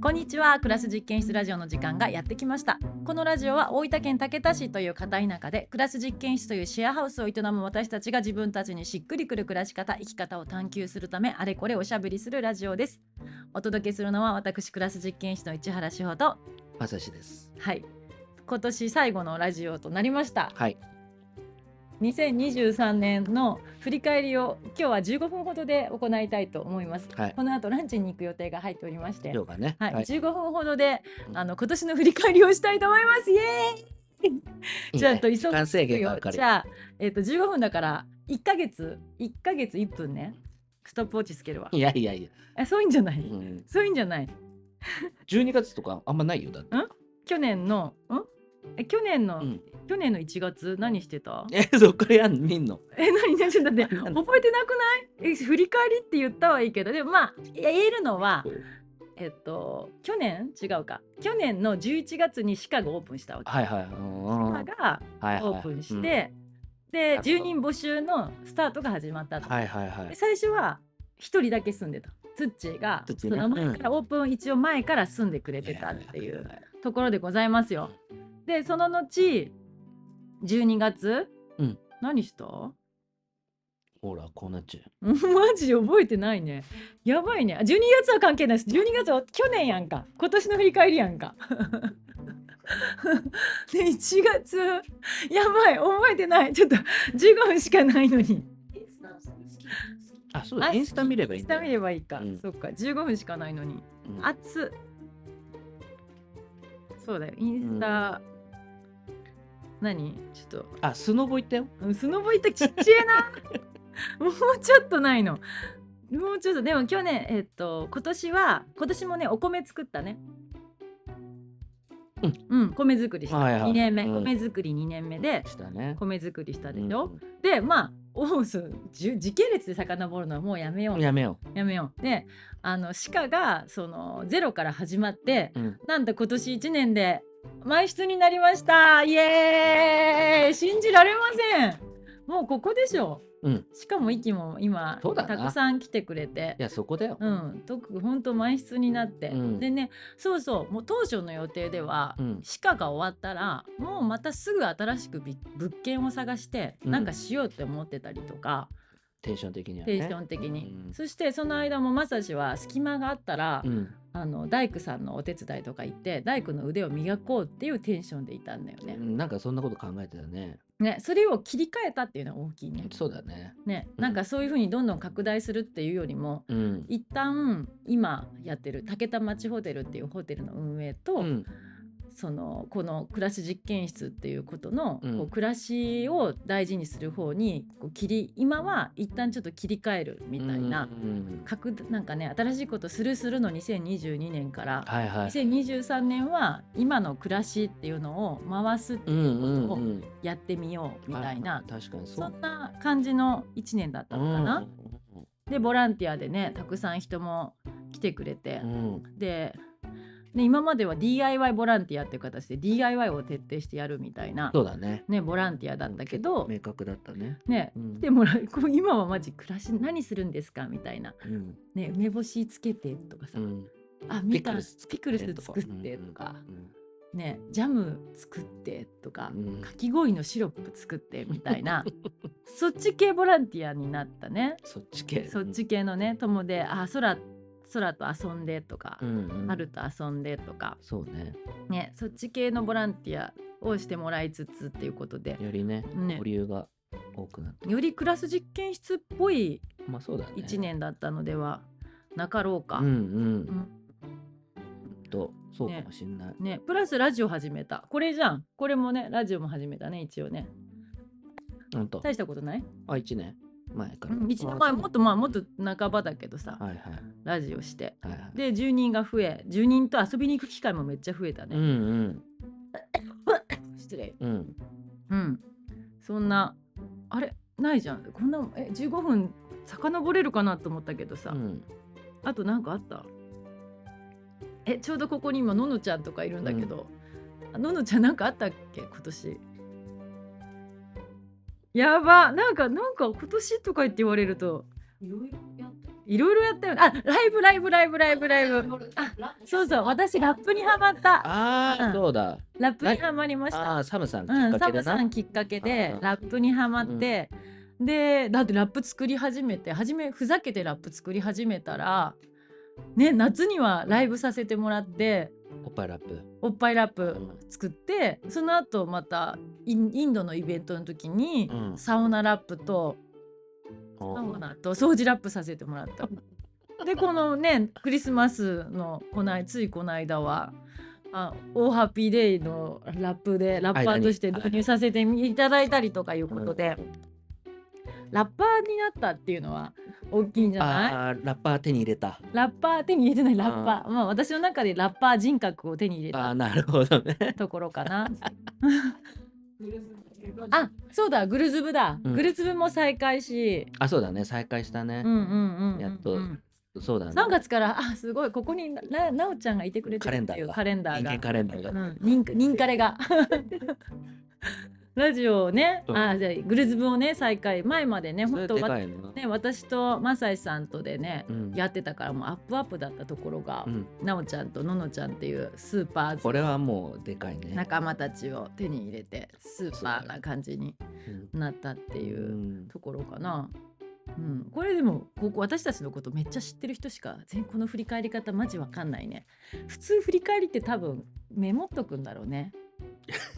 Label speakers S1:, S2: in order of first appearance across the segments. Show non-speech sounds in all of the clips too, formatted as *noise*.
S1: こんにちは暮らし実験室ラジオの時間がやってきましたこのラジオは大分県竹田市という片田舎で暮らし実験室というシェアハウスを営む私たちが自分たちにしっくりくる暮らし方生き方を探求するためあれこれおしゃべりするラジオですお届けするのは私暮らし実験室の市原志保と
S2: まさしです。
S1: はい今年最後のラジオとなりました
S2: はい。
S1: 2023年の振り返りを今日は15分ほどで行いたいと思います
S2: はい。
S1: この後ランチに行く予定が入っておりまして
S2: 量がね。
S1: はい、
S2: はい
S1: 15分ほどで、
S2: うん
S1: あの今年の振り返りをしたいと思います。イエーイ。じゃあ、と急ぐ
S2: 完成形が
S1: よ
S2: わか。る
S1: じ。ゃあ、えっ、と15分だから1ヶ月1ヶ月1分ね。ストップウォッチつけるわ
S2: い。やいやいや。
S1: え、そういうんじゃな
S2: う
S1: い。
S2: ん。
S1: そういうんじゃない。
S2: 12月とかあんまないよだって。
S1: 去年の、ん？え、去年の、
S2: うん。 *laughs*
S1: 去年の1月何してた？
S2: え、そっからやん見んの。
S1: え、何何ちょっと
S2: *laughs*
S1: 待って
S2: 何
S1: 覚えてなくない？え、振り返りって言ったはいいけど、でもまあ言えるのは。えっと、去年違うか去年の11月にシカゴオープンしたわけ、
S2: はいはい。うんうん
S1: シ
S2: は
S1: カ
S2: い
S1: が
S2: はい。
S1: オープンして、
S2: うん
S1: で
S2: なるほど
S1: 10人募集のスタートが始まったと、
S2: はいはいは
S1: で
S2: い。
S1: 最初は1人だけ住んでたツッチーが
S2: ツッチ
S1: そ
S2: ーね
S1: の前から、オープン一応前から住んでくれてたっていうところでございますよでその後12月、
S2: うん
S1: 何した
S2: ほら、こうなっちゃう。
S1: *laughs* マジ覚えてないねやばいねあ12月は関係ないです12月は去年やんか今年の振り返りやんか *laughs* で1月やばい覚えてないちょっと15分しかないのに
S2: あ、そうだ。
S1: あ
S2: インスタ見ればいいんだ
S1: 下
S2: よ。
S1: 見ればいいか、
S2: うん
S1: そっか15分しかないのに
S2: うん
S1: 熱っそうだよインスタ、何ちょっ
S2: あ、スノボ行ったよ。
S1: とうんスノボ行ったちっちゃい
S2: *laughs*
S1: なもうちょっとないのもうちょっとでも去年えっと今年は今年もねお米作ったね
S2: うん、
S1: うん、米作りした、
S2: はいはい
S1: 2年目、
S2: うん
S1: 米作り2年目で
S2: したね。
S1: 米作りしたでし
S2: う
S1: ょ、
S2: ん
S1: でまあおうそうじゅ時系列で遡るのはもうやめよう
S2: やめよ
S1: やめよう。であの鹿がそのゼロから始まって
S2: う。うん。
S1: なんと今年1年で満室になりましたイエーイ信じられませんもうここでしょ、
S2: うん
S1: しかも息も今
S2: そうだな
S1: たくさん来てくれて
S2: い。や、そこだよ。
S1: うん、特本当満室になって、
S2: うん
S1: でねそうそうもう当初の予定では、
S2: うん
S1: 歯科が終わったらもうまたすぐ新しくび物件を探して、
S2: うん
S1: なんかしようって思ってたりとか、
S2: テンション的には
S1: テ
S2: ね。
S1: ンション的に、
S2: うん
S1: そしてその間もまさしは隙間があったら、
S2: うん。
S1: あの大工さんのお手伝いとか行って大工の腕を磨こうっていうテンションでいたんだよね。
S2: なんかそんなこと考えてたね。
S1: ねそれを切り替えたっていうのは大きいね。
S2: そうだね。
S1: ね
S2: うん
S1: なんかそういうふうにどんどん拡大するっていうよりも
S2: うん。
S1: 一旦今やってる竹田町ホテルっていうホテルの運営と、
S2: うん。
S1: そのこの暮らし実験室っていうことの、
S2: うん
S1: こう暮らしを大事にする方にこう切り今は一旦ちょっと切り替えるみたいな。
S2: うんうんうん
S1: 拡なんかね新しいことするするの2022年から、
S2: はいはい。
S1: 2023年は今の暮らしっていうのを回すって
S2: う
S1: い
S2: ん
S1: うこと
S2: う
S1: を
S2: んうん。
S1: やってみようみたいな、
S2: あ確かにそ
S1: そ
S2: うん
S1: な感じの1年だったのかな。でボランティアでねたくさん人も来てくれて
S2: う、んうん
S1: でで今までは DIY ボランティアっていう形で DIY を徹底してやるみたいな
S2: そ、うだね。
S1: ね、ボランティアだったけど、
S2: 明確だったね。
S1: ね、
S2: うん
S1: 来てもらう *laughs* こう今はマジ暮らし何するんですかみたいな、
S2: うん
S1: ね、梅干しつけてとかさ、
S2: うん
S1: あみ
S2: ピク
S1: かん
S2: ル
S1: ピ
S2: ス
S1: クルス作ってとか。ね、ジャム作ってとか、
S2: うん
S1: かき氷のシロップ作ってみたい
S2: *laughs*
S1: なそっち系ボランティアになったね
S2: そっち系。
S1: そっち系のね友で「あ空空と遊んで」とか「
S2: うんうん。
S1: 春と遊んで」とか、
S2: そうね。
S1: ね、そっち系のボランティアをしてもらいつつっていうことで、
S2: よりね、
S1: ね
S2: 保、留が多くなって。
S1: よりクラス実験室っぽい
S2: まあそうだね。
S1: 1年だったのではなかろうか。
S2: うんうん
S1: う。ん
S2: と、そうかもしんない。
S1: ね、プラスラジオ始めたこれじゃんこれもねラジオも始めたね一応ね
S2: なんと、
S1: 大したことない
S2: あ、1年前から。
S1: うん、1年前もっとまあもっと半ばだけどさ、
S2: はいはい。
S1: ラジオして
S2: はいはい。
S1: で住人が増え住人と遊びに行く機会もめっちゃ増えた
S2: うん
S1: ね、
S2: うん
S1: 失礼
S2: うん。
S1: うんそんなあれないじゃんこんなえ15分遡れるかなと思ったけどさ、
S2: うん
S1: あとなんかあったえちょうどここに今ののちゃんとかいるんだけど、あののちゃんなんかあったっけ今年やばなんかなんか今年とか言って言われると
S3: いろいろやった。
S1: いろいろやったよねあライブライブライブライブライブあそうそう私ラップにハマった
S2: あ
S1: うん
S2: あ、そうだ。
S1: ラップにハマりました
S2: ああ、サムさんき
S1: う
S2: っ
S1: ん
S2: か
S1: サ
S2: け
S1: ム
S2: で
S1: さ
S2: な。
S1: んきっかけで
S2: うん
S1: ラップにハマって、でだってラップ作り始めて初めふざけてラップ作り始めたらね夏にはライブさせてもらって
S2: おっぱいラップ。
S1: おっぱいラップ
S2: うん
S1: 作ってその後またインインドのイベントの時に、
S2: うん
S1: サウナラップと
S2: お
S1: サ
S2: ー
S1: ウナと掃除ラップさせてもらった。 *laughs* でこのねクリスマスのこないついこの間は「あオーハッピーデイ」のラップでラッパーとして導入させていただいたりとかいうことで、ラッパーになったっていうのは大きいんじゃない
S2: ああ、ラッパー手に入れた。
S1: ラッパー手に入れてないラッパー、まあ私の中でラッパー人格を手に入れ
S2: ああ、
S1: た
S2: なるほどね。
S1: ところか *laughs* な。あそうだグルズブだ、
S2: うん
S1: グルズブも再開し、
S2: あ、そうだね。再開したね
S1: うん。うんうんうんうん
S2: やっとそうだね。
S1: 3月からあすごいここにななおちゃんがいてくれてるっていうカ
S2: カ
S1: レンダー
S2: 人
S1: が
S2: 間カレンダーが。
S1: うん、認可認可れ
S2: *laughs*
S1: がラジオをね、
S2: うん
S1: あじゃあグルズブをね再開前までね
S2: そ
S1: 本
S2: れ
S1: 当
S2: で
S1: わ
S2: かいの。
S1: ね私とマサイさんとでね、
S2: うん
S1: やってたからもうアップアップだったところが
S2: う、ん。
S1: なおちゃんとののちゃんっていうスーパ
S2: こ
S1: ー
S2: れはもうでかいね。
S1: 仲間たちを手に入れてスーパーな感じに
S2: うん
S1: なったっていううんところかな。うん、これでもここ私たちのことめっちゃ知ってる人しか全この振り返り方マジわかんないね普通振り返りって多分メモっとくんだろう
S2: *laughs*
S1: ね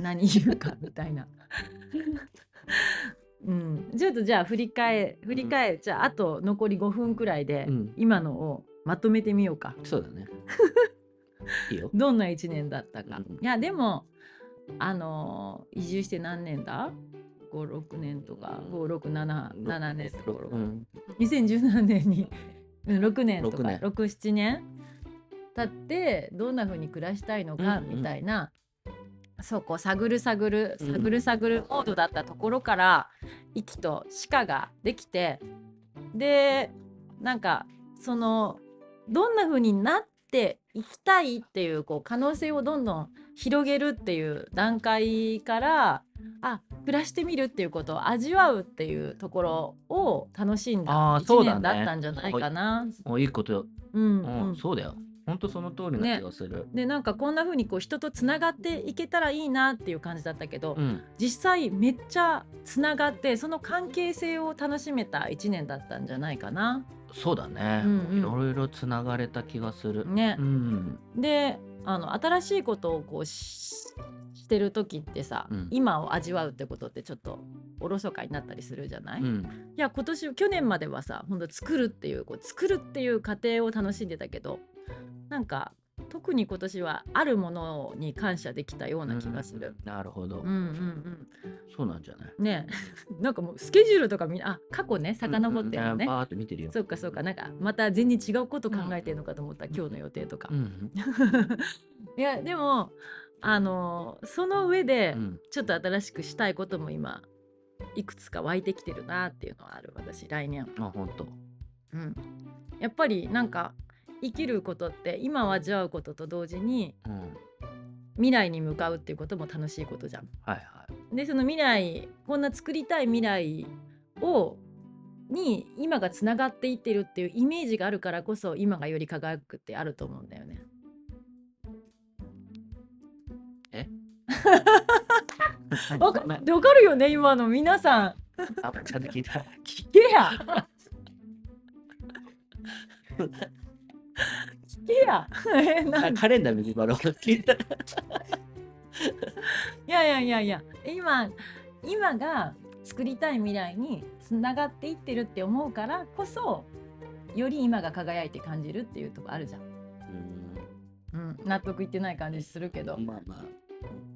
S1: 何言うかみたいな *laughs* うんちょっとじゃあ振り返振り返、じゃああと残り5分くらいで
S2: うん
S1: 今のをまとめてみようか
S2: そうだ
S1: *laughs*
S2: ね。いいよ。
S1: どんな1年だったか、
S2: うん
S1: いやでもあのー移住して何年だ56年とか5677年とか
S2: うん
S1: 2017年に6年とか
S2: 六年
S1: 67年経ってどんな風に暮らしたいのか
S2: うんうん
S1: みたいな、そこ探る探る
S2: うん
S1: 探る探るモードだったところから息と歯科ができてでなんかそのどんな風になっていきたいっていうこう可能性をどんどん広げるっていう段階からあ暮らしてみるっていうことを味わうっていうところを楽しんだ
S2: あー
S1: 一
S2: そうだね
S1: 年だったんじゃないかな。
S2: おいいことよ。
S1: うん
S2: うん、
S1: うん
S2: そうだよ。本当その通りな気がする。
S1: でなんかこんな風にこう人とつながっていけたらいいなっていう感じだったけど、
S2: うん、
S1: 実際めっちゃつながってその関係性を楽しめた1年だったんじゃないかな。
S2: そうだね。
S1: うんうん
S2: いろいろつながれた気がする。
S1: ね
S2: うん、
S1: であの新しいことをこうししてる時ってさ、
S2: うん
S1: 今を味わうってことってちょっとおろそかになったりするじゃない、
S2: う
S1: い
S2: ん、
S1: や今年去年まではさほんと作るっていうこう作るっていう過程を楽しんでたけどなんか特に今年はあるものに感謝できたような気がする。
S2: うん。なるほど、
S1: うんうんうん、
S2: そうなんじゃない。
S1: ね *laughs* なんかもうスケジュールとかみんなあ過去ね遡ってるのね、
S2: うんうんバーっと見てるよ。
S1: そっかそっかなんかまた全然違うこと考えてるのかと思った、今日の予定とか、
S2: うん
S1: いやでもあのーその上
S2: う
S1: で
S2: ん、
S1: ちょっと新しくしたいことも今いくつか湧いてきてるなっていうのはある私来年、
S2: あ、本当。
S1: うん、やっぱりなんか生きることって今を味わうことと同時に
S2: うん、はい
S1: 未来に向かうっていうことも楽しいことじゃん。
S2: はい。
S1: でその未来こんな作りたい未来をに今がつながっていってるっていうイメージがあるからこそ今がより輝くってあると思うんだよね。
S2: え
S1: わかわかるよね今の皆さん
S2: あ、ちゃんと聞いた。
S1: 聞けや聞けや *laughs* えなん
S2: あカレンダー見てもらおう。聞いた。
S1: いやいやいやいや今今が作りたい未来につながっていってるって思うからこそより今が輝いて感じるっていうとこあるじゃん、
S2: うん、
S1: うん、納得いってない感じするけど、
S2: まあまあ、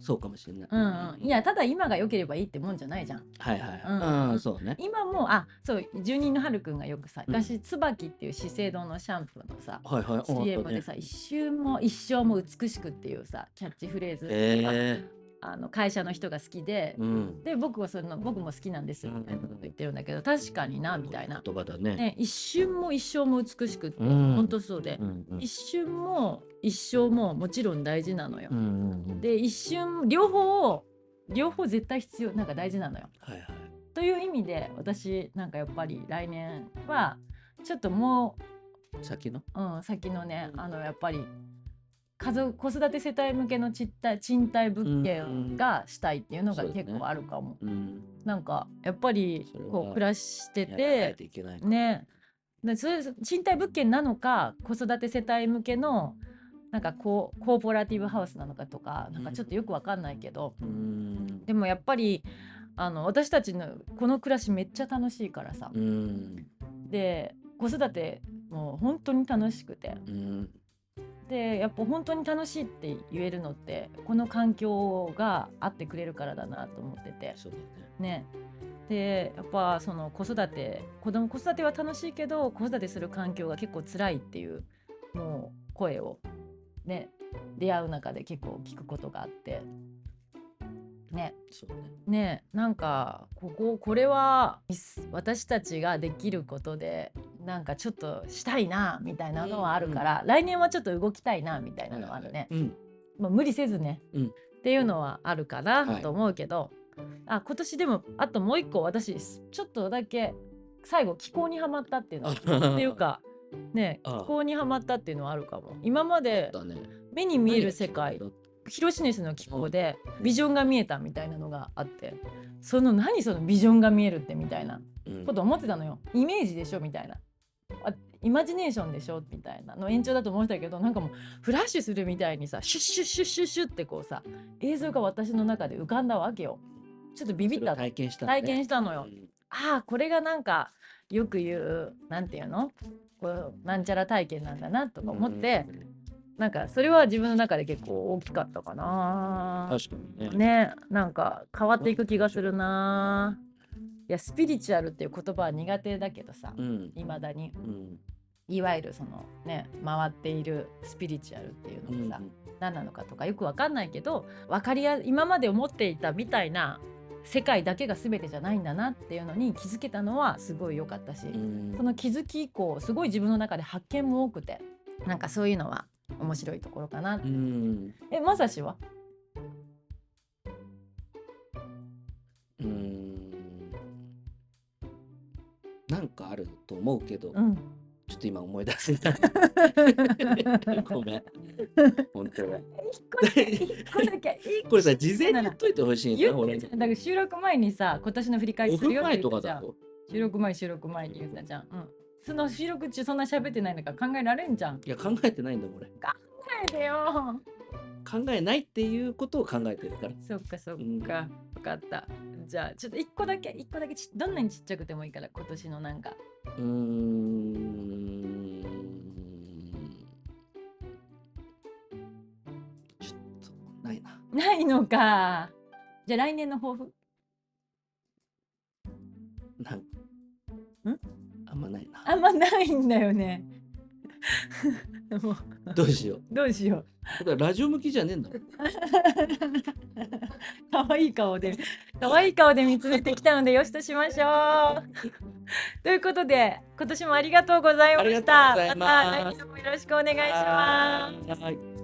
S2: そうかもしれない。
S1: うんうん、いやただ今が良ければいいってもんじゃないじゃん
S2: はいはい
S1: うん
S2: はい。うん、そうね。
S1: 今もあそう住人のはるくんがよくさ
S2: うん
S1: 昔椿っていう資生堂のシャンプーのさ
S2: はいはい。うん
S1: CM でさ、一周も一生も美しくっていうさキャッチフレーズ、
S2: え
S1: あの会社の人が好きで、
S2: えー、うん。
S1: で僕はその僕も好きなんですみたいなこと言ってるんだけど確かになみたいな、
S2: 言葉だね。
S1: ね、一瞬も一生も美しくって、
S2: うん
S1: 本当そうで
S2: う、んうん
S1: 一瞬も一生ももちろん大事なのよ、
S2: うんうんうん。
S1: で一瞬両方を両方絶対必要なんか大事なのよ
S2: はいはい。
S1: という意味で私なんかやっぱり来年はちょっとも
S2: 先の
S1: う、うん、先のねあのやっぱり家族子育て世帯向けの賃貸賃貸物件がしたいっていうのが
S2: うんうん
S1: 結構あるかも。
S2: うん
S1: なんかやっぱり
S2: それは
S1: こう暮らして
S2: やらない
S1: て
S2: といけないから
S1: ねでそれ賃貸物件なのか子育て世帯向けのなんかこうコーポラティブハウスなのかとかなんかちょっとよくわかんないけど、
S2: うん
S1: でもやっぱりあの私たちのこの暮らしめっちゃ楽しいからさ、
S2: うん
S1: で子育ても本当に楽しくて
S2: うん
S1: でやっぱ本当に楽しいって言えるのってこの環境があってくれるからだなと思ってて。
S2: そうだね
S1: ねでやっぱその子育て子供子育ては楽しいけど子育てする環境が結構辛いっていうもう声をね出会う中で結構聞くことがあってね
S2: そうね
S1: ねなんかこここれは私たちができることでなんかちょっとしたいなみたいなのはあるから、来年はちょっと動きたいなみたいなのはあるね。
S2: うん
S1: まあ、無理せずね、
S2: うん
S1: っていうのはあるか
S2: は
S1: ないと思うけど、あ今年でもあともう一個私ちょっとだけ最後気候にはまったっていうのって *laughs* いうかね
S2: ああ
S1: 気候にはまったっていうのはあるかも今まで
S2: だね
S1: 目に見える世界
S2: 何が違う
S1: 広重市の気候で
S2: うん
S1: ビジョンが見えたみたいなのがあってその何そのビジョンが見えるってみたいなん
S2: だ
S1: こと思ってたのよイメージでしょみたいなあイマジネーションでしょみたいなの延長だと思ってたけどなんかもうフラッシュするみたいにさシュッシュッシュッシュッシュッってこうさ映像が私の中で浮かんだわけよちょっとビビっ
S2: それを
S1: た
S2: 体験した
S1: 体験
S2: し
S1: したのよああこれがなんかよく言うなんていうのこうなんちゃら体験なんだなとか思ってなんかそれは自分の中で結構大きかったかな
S2: 確かにね
S1: ねなんか変わっていく気がするないやスピリチュアルっていう言葉は苦手だけどさ
S2: うん
S1: いまだに
S2: うん
S1: いわゆるそのね回っているスピリチュアルっていう
S2: う
S1: の
S2: ん
S1: がさ、何なのかとかよくわかんないけど分かりや今まで思っていたみたいな世界だけが全てじゃないんだなっていうのに気づけたのはすごい良かったし、
S2: うん
S1: その気づき以降すごい自分の中で発見も多くてなんかそういうのは面白いところかな、
S2: うん
S1: えまさし *laughs* は
S2: うんなんかあると思うけど、
S1: うん
S2: ちょっと今思い出せない
S1: *laughs*
S2: ごめん本当だ
S1: 一個だけ一個だけ一個
S2: これさ事前に言っといてほしい
S1: 言
S2: な
S1: って
S2: 俺
S1: るじゃん *laughs* だから収録前にさ今年の振り返
S2: 5
S1: りする
S2: 分
S1: よって
S2: 前
S1: 言
S2: と
S1: った
S2: か
S1: じゃ
S2: だ
S1: ん
S2: と
S1: 収録前収録前に言ったじゃん、うん、その収録中そんな喋ってないのか考えられんじゃん
S2: いや考えてないんだこれ
S1: ないでよ
S2: 考えないっていうことを考えてるから
S1: そっかそっ
S2: うん
S1: か、わかったじゃあちょっと一個だけ一個だけちどんなにちっちゃくてもいいから今年のなんか
S2: うーんちょっとないな
S1: ないのかじゃあ来年の抱負
S2: なん
S1: ん
S2: あんまないな
S1: あんまないんだよ *laughs* ねもう
S2: どうしよう
S1: どうしよう
S2: これはラジオ向きじゃねえんだもん
S1: *laughs* 可愛い顔で可愛い顔で見つめてきたのでよしとしましょうという *laughs* ことで今年もありがとうございました
S2: ありがとうございます
S1: た来年もよろしくお願いします
S2: はい